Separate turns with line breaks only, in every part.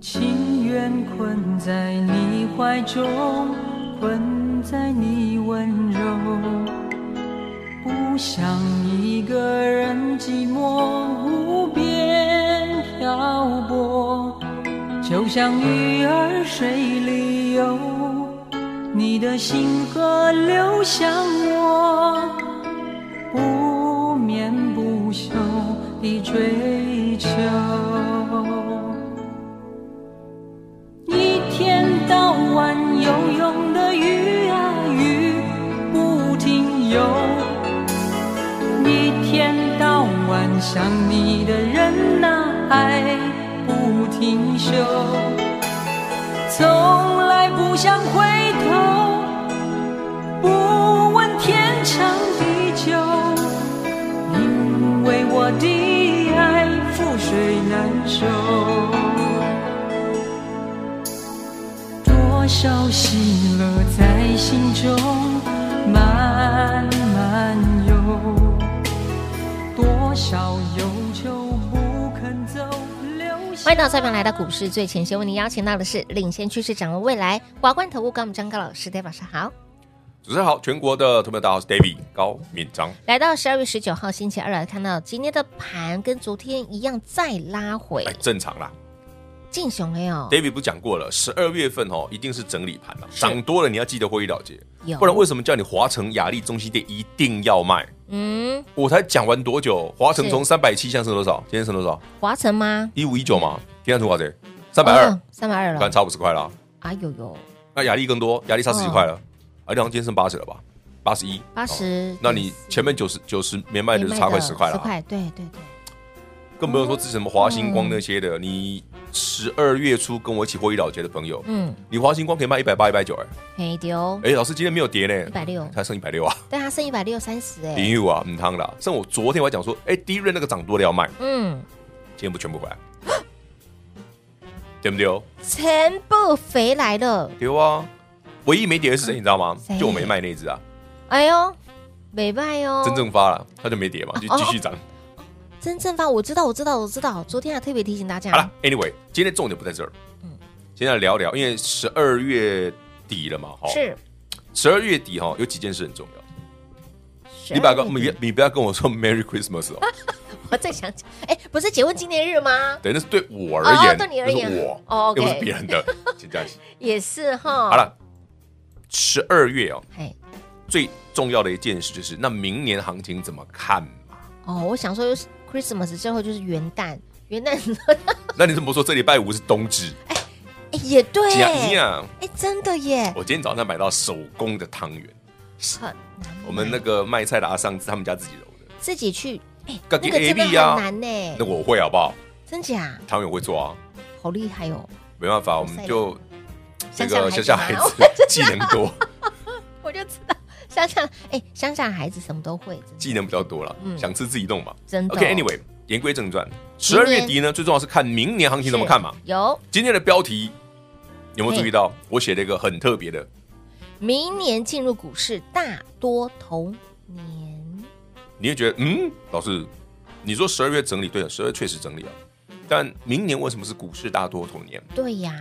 情缘困在你怀中，困在你温柔。不想一个人寂寞无边漂泊，就像鱼儿水里游。你的心河流向我，不眠不休地追求。一天到晚游泳的鱼啊鱼不停游，一天到晚想你的人呐、爱不停休，从来不想回头，不问天长地久，因为我的爱覆水难收。多少喜乐在心中慢慢游，多少忧愁不肯走，留下
欢迎到这边来到股市最前线，为您邀请到的是领先趋势、掌握未来华冠投顾高敏章高老师，大家晚上好。
主持人好，全国的朋友们大家好，我是 David 高敏章。
来到十二月十九号星期二，来看到今天的盘跟昨天一样再拉回
哎，，正常啦
进熊了哟。
，David 不讲过了，十二月份哦，一定是整理盘了，
哦是
涨多了你要记得获利了结
有，
不然为什么叫你华城、雅丽、中心店一定要卖？
嗯，
我才讲完多久？华城
是
从三百七现在剩多少？今天剩多少？
华晨吗？
一五一九吗？今天剩多少？三百二
嗯哦，，三百二
反正
了。
差五十块啦。
哎呦呦，
那雅丽更多，雅丽差十几块了，雅丽好像今天剩八十了吧？八十一，
哦八
哦。
十。
那你前面九十九十没卖的就差快十块了
十
啊，
块，对对对，
更不用说之前什么华星
嗯
光那些的。你十二月初跟我一起获利了结的朋友，
嗯，
你华星光可以卖一百八、一百九，哎，
便宜丢
哎，老师今天没有跌呢，
一百六，
才剩一百六啊，
但它剩一百六三十哎，
零五啊，嗯，汤啦。像我昨天我还讲说，哎，第一轮那个涨多了要卖，
嗯，
今天不全 部回来，对不对？哦？
全部回来了，
丢啊！唯一没跌的是谁，你知道吗
谁？
就我没卖那一只啊，
哎呦，美败哦，嗯
真正发了，它就没跌嘛，就继续涨。
真正发，我知道，我知道，我知道，昨天还特别提醒大
好了
家，
，Anyway，今天重点不在这儿，
嗯
今天来聊聊，因为十二月底了嘛，哈，
是
十二月底哈，有几件事很重要。
12
你不要
月
跟你
底
不你不要跟我说 Merry Christmas 哦，
我在想起，哎，不是结婚纪念日吗？
对，那是对我而言，
哦对你而
那是
言
我，
哦，OK 哦
又不是别人 的，请假期。
也是哈，
好，了，十二月哦，
哎，
最重要的一件事就是，那明年行情怎么看嘛？
哦，我想说又是 Christmas 之后就是元旦，元旦
那你怎么说这礼拜五是冬至？
哎也对，
假一啊！
哎，真的耶，
我今天早上买到手工的汤圆，
很难买，
我们那个卖菜的阿桑是他们家自己揉的，
自己去，哎，那
自
个
己
真的
AB 啊
很难呢
那，我会好不好？
真假？
汤圆我会做啊，
好厉害哦！
没办法，我们就这
乡下
个
的
乡
孩
下
子
孩
嘛，
子技能多，
我就知道乡下，哎，乡下孩子什么都会，真的
技能比较多了
嗯，
想吃自己弄嘛。
真的。哦
OK，Anyway，言归正传，十二月底呢，最重要是看明年行情怎么看嘛
是。？有
今天的标题有没有注
嘿
意到？我写了一个很特别的，
明年进入股市大多头年，
你会觉得，嗯，老师，你说十二月整理，对了，啊十二月确实整理了，但明年为什么是股市大多头年？
对呀，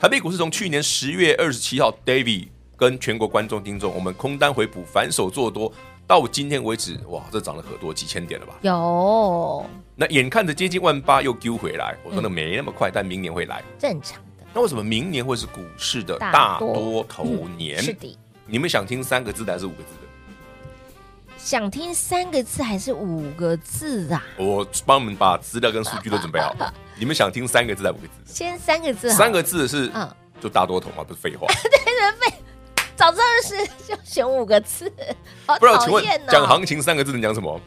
台北股市从去年十月二十七号，David 跟全国观众听众，我们空单回补，反手做多，到今天为止，哇，这涨了很多几千点了吧？
有
那眼看着接近万八又丢回来，我
嗯
说那没那么快，但明年会来。
正常的，
那为什么明年会是股市的大多头年？
是的，
你们想听三个字的还是五个字的？
想听三个字还是五个字啊？
我帮你们把资料跟数据都准备 好。你们想听三个字还是五个字？
先三个字好了，
三个字是啊
嗯
就大多头嘛，不是 废话。
早知道是就选五个字，好
不然，
讨
请问
厌哦
讲行情三个字能讲什么？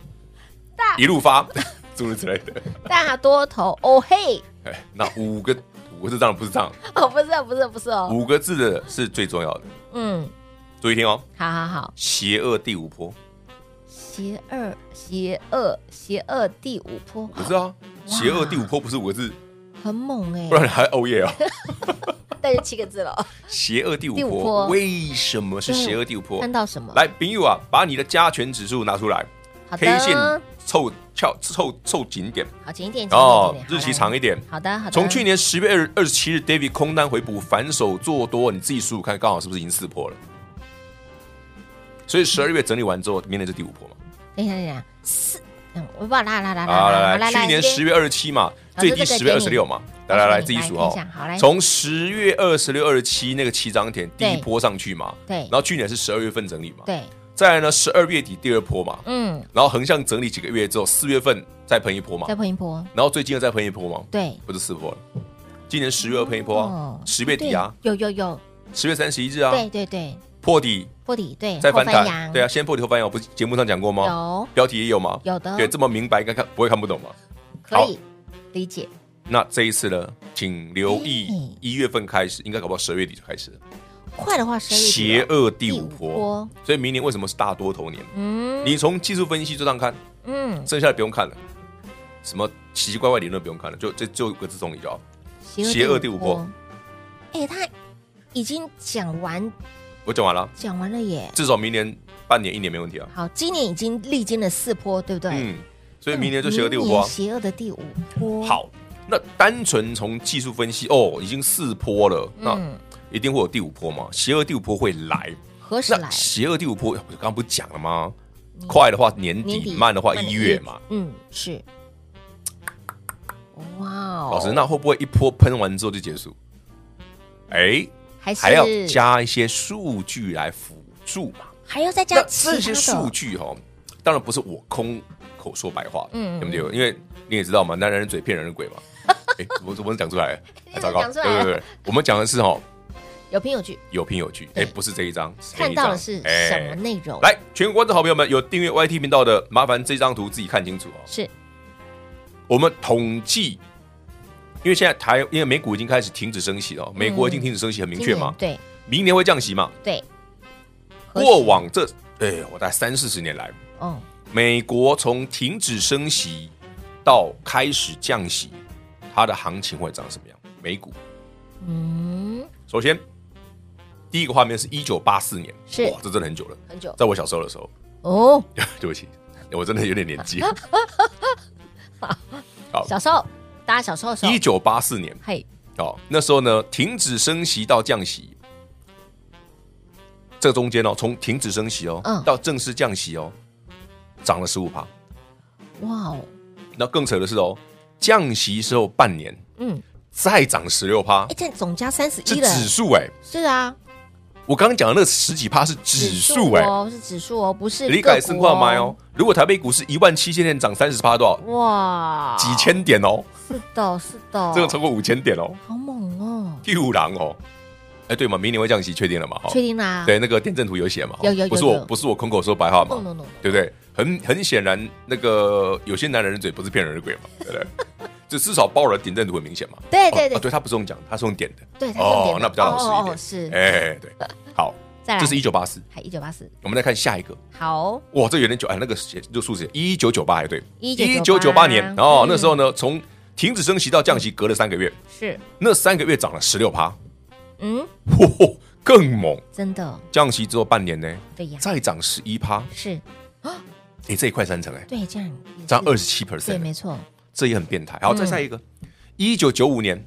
大
一路发， 诸如此类的。
大多头哦嘿，
哎，那五个五个字当然不是这样，
哦不是哦不是哦不是哦，
五个字的是最重要的。
嗯，
注意听哦，
好好好，
邪恶第五波，
邪恶邪恶邪恶第五波，
不是啊？邪恶第五波不是五个字，
很猛哎
不， 然你还哦耶哦。
那就七个字了，
邪恶第五
第五
波
波
为什么是邪恶第五波
看？到什么？
来，丙友啊，把你的加权指数拿出来，
好
K 线
的，
凑翘凑凑紧点
好，请一点，请一
哦
点，，
日期
好
长
来
一点。
好的好的，
从去年十月二二十七日，David 空单回补，反手做多，你自己数数看，刚好是不是已经四破了？所以十二月整理完之后，明年是第五波嘛？
哎等一下等一下四，嗯，我把拉拉拉
好，
拉来
来来，
来来，哦
去年
这边
十月二十七嘛，
老
最
师
低
这个
十月
给
二
你
十六嘛，来
老
来
师
来，
你
自己
来
数
看一
哦
下好来。
从十月二十六、二十七那个起涨点第一
对
波上去嘛，
对
然后去年是十二月份整理嘛，
对，
再来呢十二月底第二波嘛，
嗯，
然后横向整理几个月之后，四月份再喷一波嘛
再，喷一波，
然后最近又再喷一波嘛，
对，
不是四波了，今年十月又喷一波啊
哦，
十月底啊，
对，有有有，
十月三十一日啊，
对对对，
破底
破底对，
再
后
翻
扬
弹，对啊，先破底后翻扬，我不是节目上讲过吗？
有
标题也有吗？
有的
对，这么明白，应该看不会看不懂吗？
可以理解，
那这一次呢，请留意
嗯
一月份开始，应该搞不好十月底就开始了
快的话十二
邪
月底了，
恶第五
第五波
波。所以明年为什么是大多头年？
嗯
你从技术分析就这样看，
嗯，
剩下的不用看了，什么奇奇怪怪理论不用看了，就这就有个字送你就好。
邪
邪恶第五波，
哎，他已经讲完
我讲完了，
讲完了耶，
至少明年半年一年没问题啊。
好，今年已经历经了四波，对不对？
嗯，所以明年就邪恶第五
明
波
年
啊。
邪恶的第五波，，
好，那单纯从技术分析，哦，已经四波了，那
嗯，
一定会有第五波嘛？邪恶第五波会来，
何时
那
来？嗯
邪啊恶第五波，我刚刚不是讲了吗？快的话年
年底
底，慢的话一月嘛。，
嗯，是。哇哦，
老师，那会不会一波喷完之后就结束？哎，
还是
还要加一些数据来辅助嘛？
还要再加
那
其他
这
的
些数据哦，当然不是我空口说白话，
嗯
对不对？因为你也知道嘛，男人嘴骗人 的鬼嘛。哎，我我讲出来了，哎糟糕，
讲出
对
来了
对对，我们讲的是哦，
有凭有据，
有凭有据，
对
哎，不是这一张，是
看
那一张
到的是什么
哎
内容？
来，全国的好朋友们，有订阅 YT 频道的，麻烦这张图自己看清楚哦。
是
我们统计，因为现在台因为美股已经开始停止升息了哦，美国已经停止升息，很
嗯
明
今
确
年
嘛，
对
明年会降息嘛？
对，何时
过往这哎，我大概三四十年来，
哦，
美国从停止升息到开始降息，它的行情会长什么样？美股
嗯，
首先第一个画面是一九八四年，
是
哇，这真的很久了，
很久
在我小时候的时候，
哦，
对不起，我真的有点年纪。好
小时候大 家小时候的时候
一，九八四年
嘿，
哦，那时候呢，停止升息到降息，这中间哦，从停止升息哦，
嗯
到正式降息哦，涨了十五趴。
哇哦，
那更扯的是哦，降息之后半年
嗯，
再涨十六趴
哎，，这样总加三十
是
一了，
指数哎、
是啊，
我刚刚讲的那十几趴是指数哎、
哦，是指数哦，不是
理
个
解
股
生化麦哦，。如果台北股市一万七千点涨三十趴多少？
哇，
几千点哦，
是的，是的，
这个超过五千点哦，
好猛哦，
第五狼哦。哎，对嘛，明年会降息，确定了嘛？哈
确定啦，哦
对，那个点阵图有写嘛？
啊
哦
有有有
不是我
有
不是我空口说白话嘛
No, no, no, no.
对不对？很很显然，那个有些男人的嘴不是骗人的鬼嘛，对不对？ 就至少包了点阵图很明显嘛。
对对
哦
对
哦对他不是用讲，他是用点的。
对它是用点的
那比较老实一
哦哦哦
点。
是呃
哎，对，好，
再来
这是一九八四。
还一九八四，
我们来看下一个，
好，
哇，这有点久，哎，那个写这个数字一九九八还对，
1998
年哦，
嗯
那时候呢，从停止升息到降息隔了三个月，
是，
那三个月涨了十六趴，
嗯，
嚯，更猛！
真的，
降息之后半年呢，
对呀，
再涨十一趴，
是
哎，这一块三成哎，
对，这样也是
涨二十七
嗯对，
percent，
没嗯错，
这也很变态。好，再下一个，一九九五年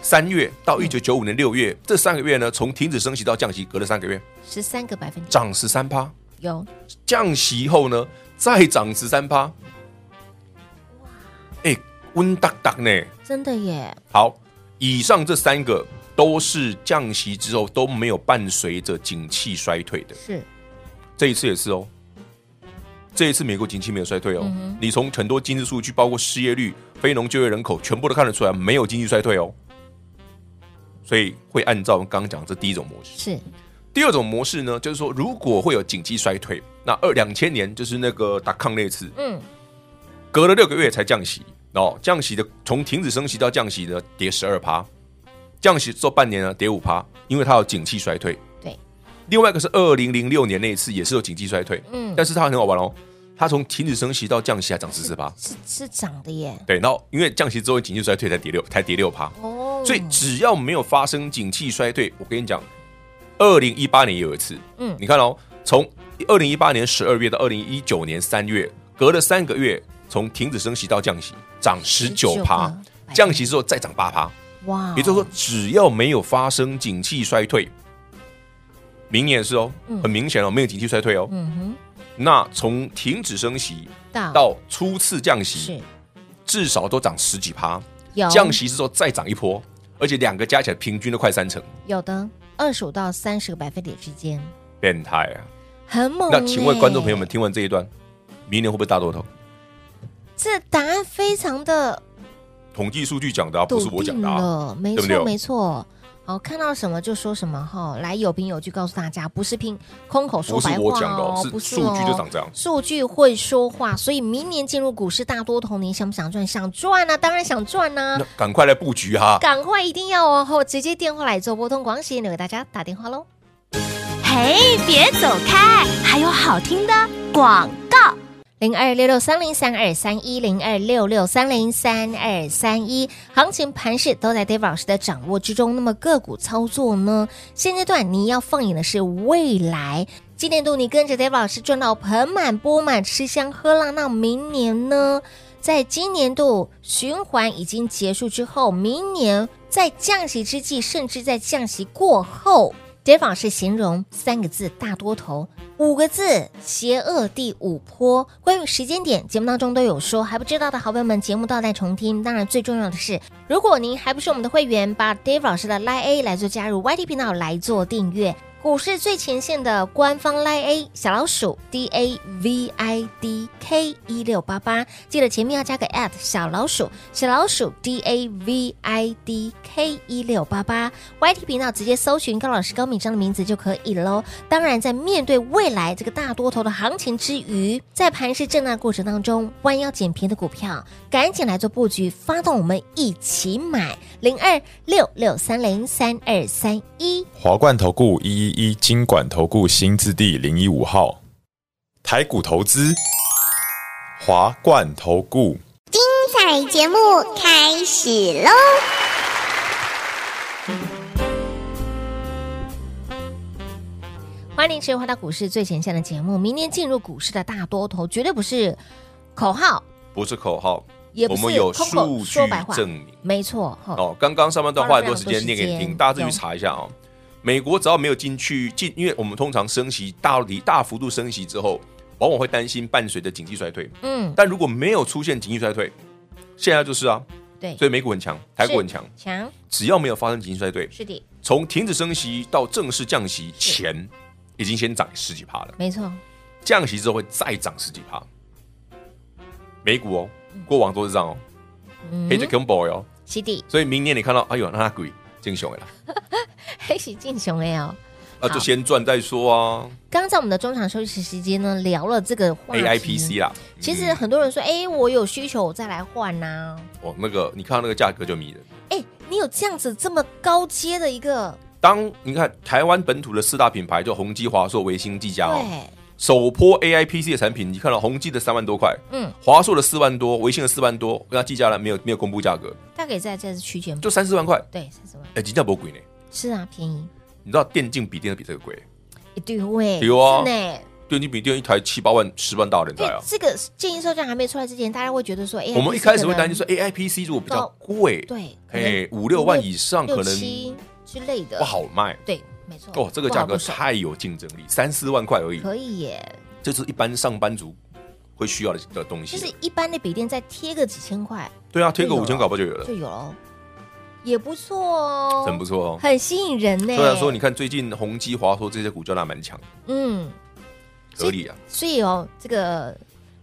三月
嗯
到一九九五年六月这三个月呢，从停止升息到降息隔了三个月，
十三个百分点
涨十三趴，
有，
降息后呢再涨十三趴，哎，温哒哒呢。
真的耶，
好，以上这三个都是降息之后都没有伴随着景气衰退的。
是
这一次也是哦，这一次美国景气没有衰退哦。你从很多经济数据，包括失业率、非农就业人口，全部都看得出来没有经济衰退哦。所以会按照刚刚讲的这第一种模式。
是，
第二种模式呢，就是说如果会有景气衰退，那二两千年就是那个达康那次，
嗯，
隔了六个月才降息哦，降息的从停止升息到降息呢，跌十二趴，降息做半年呢跌五趴，因为它有景气衰退。
对，
另外一个是二零零六年那一次也是有景气衰退，
嗯
但是它很好玩哦，它从停止升息到降息还涨十四趴，
是是涨的耶。
对，然后因为降息之后景气衰退才跌六，才跌六趴，
哦，
所以只要没有发生景气衰退，我跟你讲，二零一八年也有一次，
嗯
你看哦，从二零一八年十二月到二零一九年三月，隔了三个月，从停止升息到降息，涨十九趴，
19%
哎降息之后再涨八趴，
哇，
也就是说，只要没有发生景气衰退，明年也是哦，很明显哦，没有景气衰退哦，
嗯
那从停止升息
哼，到
到初次降息，
是
至少都涨十几趴，
有
降息之后再涨一波，而且两个加起来平均都快三成，
有的二十五到三十个百分点之间，
变态啊！
很猛。
那请问观众朋友们，，听完这一段，明年会不会大多头？
这答案非常的
统计数据讲的、啊，不
笃
是我讲
定
的、啊。
了，没
对不对
错没错。好，看到什么就说什么哈，来有凭有据告诉大家，不是凭空口说
不是
白
我
话
讲的哦
哦，，
是
不
数据就
哦
长这样。
数据会说话，所以明年进入股市大多头，你想不想赚？想赚啊，当然想赚呐、
那赶快来布局哈、
赶快一定要哦！吼，直接电话来做拨通广喜，留给大家打电话喽。
嘿，别走开，还有好听的广告。
零二六六三零三二三一零二六六三零三二三一，行情盘势都在 Dave 老师的掌握之中。那么个股操作呢？现阶段你要放眼的是未来。今年度你跟着 Dave 老师赚到盆满钵满，吃香喝辣。那明年呢？在今年度循环已经结束之后，明年在降息之际，甚至在降息过后，Dave 老师形容三个字大多头，五个字邪恶第五波。关于时间点，节目当中都有说，还不知道的好朋友们，节目倒带重听。当然，最重要的是，如果您还不是我们的会员，把 Dave 老师的 Line A 来做加入，YT 频道来做订阅。股市最前线的官方 Line A 小老鼠 D A V I D K 一六八八，记得前面要加个 at 小老鼠小老鼠 D A V I D K 一六八八，YT 频道直接搜寻高老师高敏章的名字就可以喽。当然，在面对未来这个大多头的行情之余，在盘势震荡过程当中，弯腰捡便宜的股票，赶紧来做布局，发动我们一起买零二六六三零三二三一。
华冠投顾一一一金管投顾新字第零一五号，台股投资，华冠投顾。
彩节目开始喽！
欢迎您持续回到股市最前线的节目。明年进入股市的大多头，绝对不是口号，
不是口号，
也不
我
是
们有
空口
数据
说白话
证明。
没错。哈
哦，刚刚上半段花很多时
花了
间
非常多
念给你
时
听，
间
大家自己去查一下哦。美国只要没有进去进，因为我们通常升息大理大幅度升息之后，往往会担心伴随着经济衰退。
嗯，
但如果没有出现经济衰退，现在就是啊，
对，
所以美股很强，台股很强，
强
只要没有发生经济衰退，
是的，
从停止升息到正式降息前，已经先涨十几趴了，
没错，
降息之后会再涨十几趴。美股哦，
嗯
过往都是这样哦，黑着 combo 哦，
是的，
所以明年你看到，哎呦，那他鬼真熊了，
黑喜进雄 L。
那就先赚再说啊
刚刚在我们的中场休息时间呢，聊了这个话题
，AIPC 啦。嗯
其实很多人说，哎，我有需求，我再来换呐、
哦，那个你看到那个价格就迷人。
哎，你有这样子这么高阶的一个，
当你看台湾本土的四大品牌，就宏基、华硕、维新、技嘉哦，
对，
首波 AIPC 的产品，你看到宏基的三万多块，
嗯，
华硕的四万多，微信的四万多，那技嘉呢没有没有公布价格，
大概在这区间，
就三四万块，
对，三十万，
哎，金价不贵呢。
是啊，便宜，
你知道电竞比电脑比这个贵，
哎对喂，
对哦
是呢，
电竞比电脑一台七八万、十万大人在
因为
啊。
这个建议售价还没出来之前，大家会觉得说，哎，
我们一开始会担心说哎
可
AIPC 如果比较贵，
能，对，可能
哎，五六万以上
六
可能
七之类的
不，好卖
对，没错，
哦，这个价
不
格
好入手
太有竞争力，三四万块而已，
可以耶，
这是一般上班族会需要的的东
就是
西。
一般的笔电再贴个几千块
对啊，贴个
就有
五千
了
搞不好就有了
就。有了哦，也不错哦，
很不错哦。
很吸引人呢。
虽然说你看最近宏基、华硕这些股价那蛮强，
嗯，
合理啊。
所以哦，这个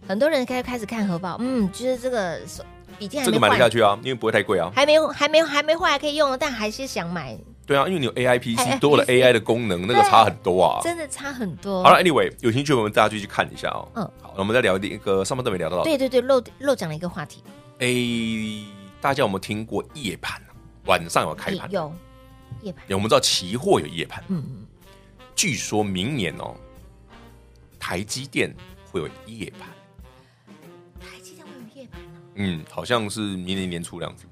很多人开开始看核爆，嗯，就是这个手笔电还
这
没
个买得
换，
下去啊，因为不会太贵啊。
还没有还没有还没换还可以用，但还是想买，
对啊，因为你有 AI
AIPC
PC 多了 AI 的功能，那个差很多啊。
真的差很多。
好了，Anyway，有兴趣我们大家就去看一下哦。
哦嗯
嗯，好，那我们再聊一个上半段没聊到的，
对对对，漏漏讲了一个话题，
诶，大家有没有听过夜盘啊？晚上有开盘，
哎有夜盘，
有我们知道期货有夜盘，
嗯，
据说明年哦，台积电会有夜盘，
台积电会有夜盘啊
嗯，好像是明年年初那样子，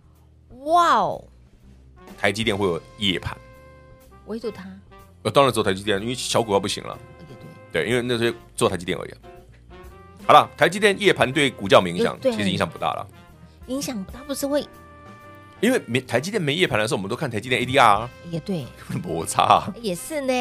哇哦，
台积电会有夜盘。
唯独它，哦
呃，当然只有台积电，因为小股票不行了，
也对，
对，因为那些做台积电而已啊。好了，台积电夜盘对股价有没有影响
有，对
其实影响不大了，
影响它不是会
因为没台积电没夜盘的时候，我们都看台积电 ADR，啊
也对，哎
根本没差啊，
也是呢，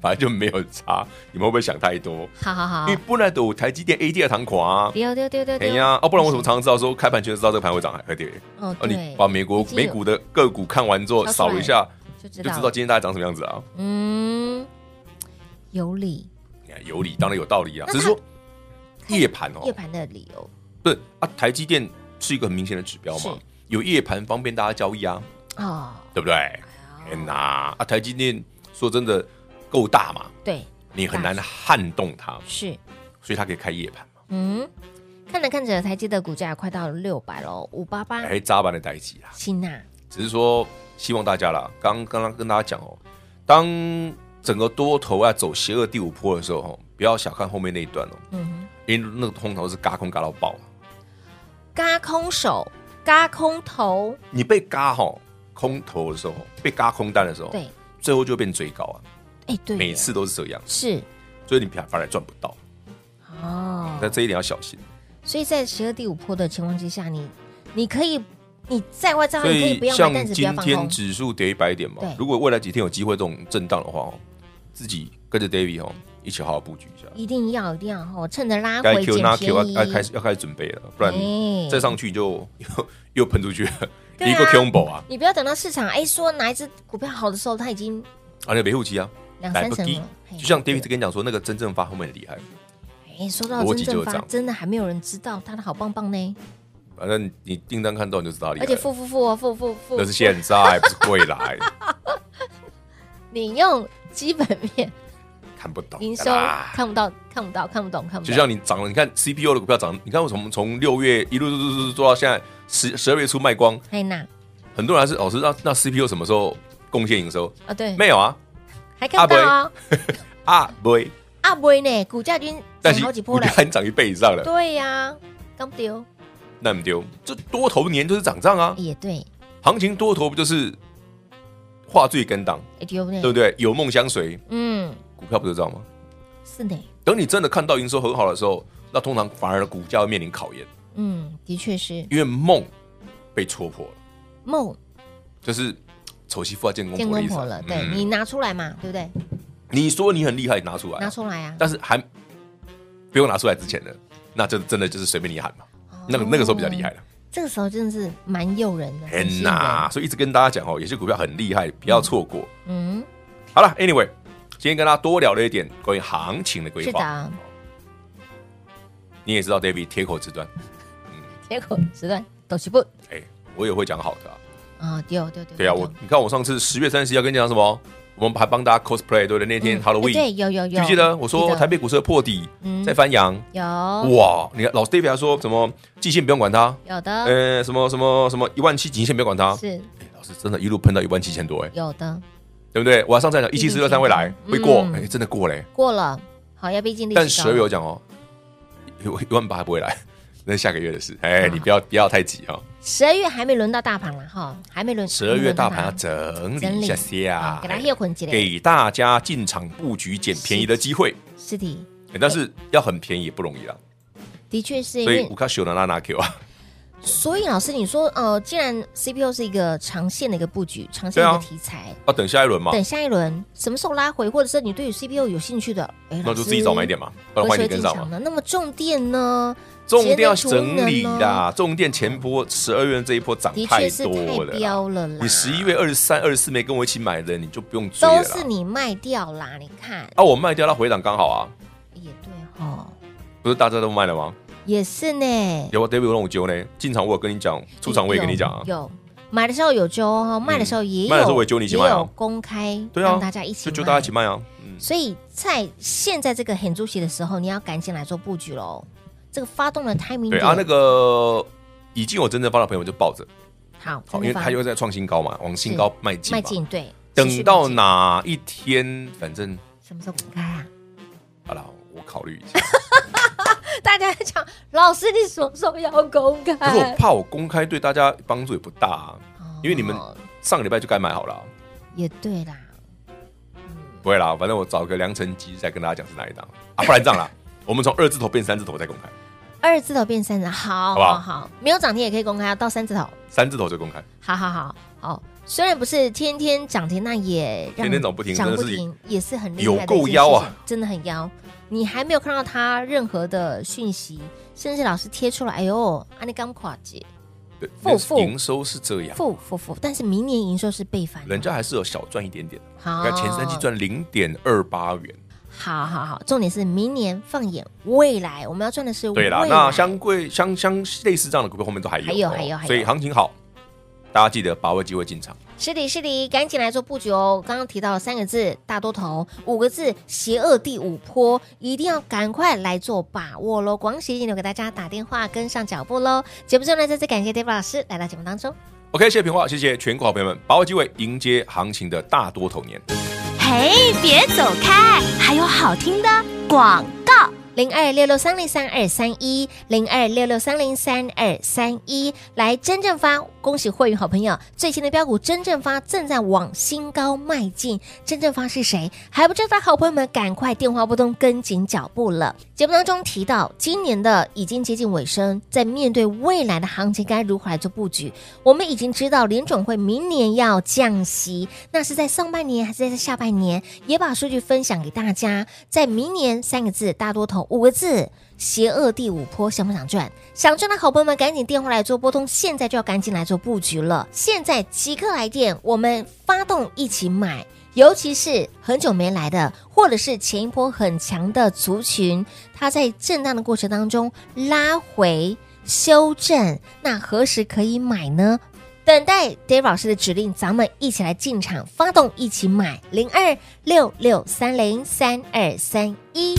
反正就没有差。你们会不会想太多？
好好好
因为，本来都有台积电 ADR 糖垮啊。
丢丢丢丢
哎
丢，
呀，哦，不然我怎么常常知道说开盘前就知道这个盘会涨还会跌？
哦
哦，你
对，
把美国
已经有
美股的个股看完之后，
挑出来
扫一下
就知
就
道
知
了
道今天大家涨什么样子啊？
嗯，有理，
哎有理，当然有道理啊。
那它
只是说夜盘哦
夜，盘的理由
不是啊，台积电是一个很明显的指标
是
嘛，有夜盘方便大家交易啊，
哦，
对不对？天哪，啊，台积电说真的够大嘛，
对，
你很难撼动它，
是，
所以它可以开夜盘嘛。
嗯，看着看着，台积的股价快到六百喽，五八八，
哎，扎板的代际啦，
新呐，
只是说希望大家啦，刚刚刚跟大家讲哦，当整个多头啊走邪恶第五波的时候哦，不要小看后面那一段哦，
嗯
因为那个空头是嘎空嘎到爆，啊
哼，嘎空手，嘎空头，
你被嘎吼空头的时候，被嘎空单的时候，
对，
最后就变追高啊，
哦哎，对耶，
每次都是这样，
是
所以你反反而赚不到，
哦，
那这一点要小心。
所以在十二第五波的情况之下，你你可以你在外账号啊
所
你可以
以
不要买，
像
但是不要
今
放
天
空，
指数跌一百点嘛
对，
如果未来几天有机会这种震荡的话哦，自己跟着 David 哦一起好好布局一下。
一定要一定要哦，趁着拉
该
回
Q
捡
那 Q
便
要
宜，
要开始要开始准备了，不然
哎
再上去就 又又喷出去了，
对啊
一个 combo 啊，
你不要等到市场哎说哪一只股票好的时候，它已经
而且维护期啊，
两
来
三
不
成
及
了。嘿。
就像
对
David 跟你讲说，那个真正发后面很厉害，
哎，说到
逻
真
辑
正
就是这
发，
样
真的还没有人知道它的好棒棒呢。
反正你订单看到你就知道厉害
而
了
且。付付付哦，付付付，
那是现在，不是未来，
你用基本面
看不懂的啦
营收看不到，看不到，看不懂，看不
就
到。
像你涨了，你看 CPU 的股票涨，你看我从从六月一路做做做到现在十十二月初卖光，
哎那
很多人还是老师那那 CPU 什么时候贡献营收？
啊对，
没有啊
还看不到啊，
啊，不会，
阿威呢，股价已经涨
但是
好几波
股
了
价。已经涨一倍以上了，
对呀，刚丢
那不丢，这多头年就是涨涨啊，
也对，
行情多头不就是画最跟档，
也丢呢
对，不对？有梦相随，
嗯，
股票不就这样吗？
是呢，
等你真的看到营收很好的时候，那通常反而股价会面临考验，
嗯，的确是
因为梦被戳破了，
梦
就是丑媳妇要见公
见
婆的
公
意思
婆
啊。
了，对
嗯
你拿出来嘛，对不对？
你说你很厉害，拿出来啊，
拿出来啊，
但是还不用拿出来之前呢，那就真的就是随便你喊嘛。
哦
那个那个时候比较厉害了，
这个时候真的是蛮诱人的，很吸
天
引
呐！
人，
所以一直跟大家讲哦，有些股票很厉害，不要错过。
嗯，
好了，Anyway，今天跟大家多聊了一点关于行情的规
是
划。
的，
你也知道，David 铁口直断，
结果时段都是不
哎，我也会讲好的啊。
啊，丢丢丢，
对啊，
丢
我你看我上次十月三十要跟你讲什么？我们还帮大家 cosplay 对不对？那天
嗯
Halloween，、
对，有有有，
记不记得我
记
说
得
台北股市的破底
嗯哦
在翻扬？
有
哇！你看老 David 还说什么季线不用管它，
有的
呃，什么什么什么一万七颈线不用管它。
哦是
哎老师真的一路喷到一万七千多哎，
有的
对不对？我还上次还讲一七四六三会来
嗯
会过，哎，真的过嘞。
过了，好要逼近历史高了，
但十二月有讲哦，一一万八还不会来， 那是下个月的事。
啊
哎，你不要不要太急哦。
十二月还没轮到大盘了哈，还没轮
十二月大盘要
还没轮到
整
整
理
理
一下下哎
哦，给它休困起来
给大家进场布局捡便宜的机会。
它是的，
哎但是要很便宜也不容易啦，
的确是因
所以
为
五卡修拿拉拿 Q 啊，
所以老师，你说呃，既然 CPU 是一个长线的一个布局，长线
对
的
啊
一个题材，
要等下一轮嘛，
等下一轮什么时候拉回，或者是你对于 CPU 有兴趣的，哎，
那
老
就
师
自己找买点嘛，不然
何
换
时
你
会
跟
进
上
场
嘛。
呢？那么重电呢？
重点要
节能储
整理
能呢哦
啦，重点前波十二月这一波涨
的确
太
是
多
太
了啦。
彪了啦，
你十一月二十三、二十四没跟我一起买的，你就不用追了
都是
啦。
你卖掉啦，你看
啊，我卖掉它回档刚好啊，
也对哦，
不是大家都卖了吗？
也是呢。
有啊，David 让我揪呢，进场我有跟你讲，出场我也跟你讲啊。嗯
有有买的时候有揪哦，卖的时候也有，
卖的时候我也揪你一起卖啊
也有公开，
对啊，
让大家一起，
就就大家一起。卖啊。嗯，
所以在现在这个很主席的时候，你要赶紧来做布局喽。这个发动的 timing
对
点
啊，那个已经有真正发的朋友就抱着，
好，
好，因为它
有
又在创新高嘛，往新高迈进
迈
嘛。
进，对，持续
等到
迈进
哪一天，反正
什么时候公开啊？
好了，我考虑 一下。
大家在讲老师，你什么时候要公开？
可是我怕我公开对大家帮助也不大、啊，
哦
因为你们上个礼拜就该买好了啊、
也对啦，
不会啦，反正我找个良辰吉日再跟大家讲是哪一档啊，不然这 样啦，我们从二字头变三字头再公开，
二字头变三字头，好
好不
好
好
好，没有涨停也可以公开啊，到三字头，
三字头就公开。
好好好好。虽然不是天天涨停，那也让
天天涨不停
涨不
真的是
停也是很厉害
有
的一
够
件
妖
事
啊
情，真的很妖。你还没有看到他任何的讯息，甚至老师贴出来，哎呦，安利刚垮节，
对，
负负
营收是这样，
负负负，但是明年营收是倍翻的，
人家还是有小赚一点点，
好
你看前三季赚零点二八元。
好好好，重点是明年放眼未来，我们要赚的是
对啦，
未来
那相贵相相类似这样的股票后面都还有，哦
还有还有还有
所以行情好，大家记得把握机会进场。
是的，是的，赶紧来做布局哦！刚刚提到三个字大多头，五个字邪恶第五波，一定要赶快来做把握喽！广喜金留给大家打电话跟上脚步喽！节目最后呢，再次感谢 David 老师来到节目当中。
OK，谢谢平话，谢谢全国好朋友们，把握机会迎接行情的大多头年。
嘿，别走开，还有好听的广告。
零二六六三零三二三一，零二六六三零三二三一，来真正发！恭喜会员好朋友，最新的标股真正发正在往新高迈进。真正发是谁还不知道？好朋友们，赶快电话拨通，跟紧脚步了。节目当中提到，今年的已经接近尾声，在面对未来的行情该如何来做布局？我们已经知道联准会明年要降息，那是在上半年还是在下半年？也把数据分享给大家。在明年三个字大多头五个字，邪恶第五波，想不想赚？想赚的好朋友们，赶紧电话来做拨通，现在就要赶紧来做布局了。现在即刻来电，我们发动一起买。尤其是很久没来的，或者是前一波很强的族群，它在震荡的过程当中拉回修正，那何时可以买呢？等待 Dave 老师的指令，咱们一起来进场发动，一起买零二六六三零三二三一。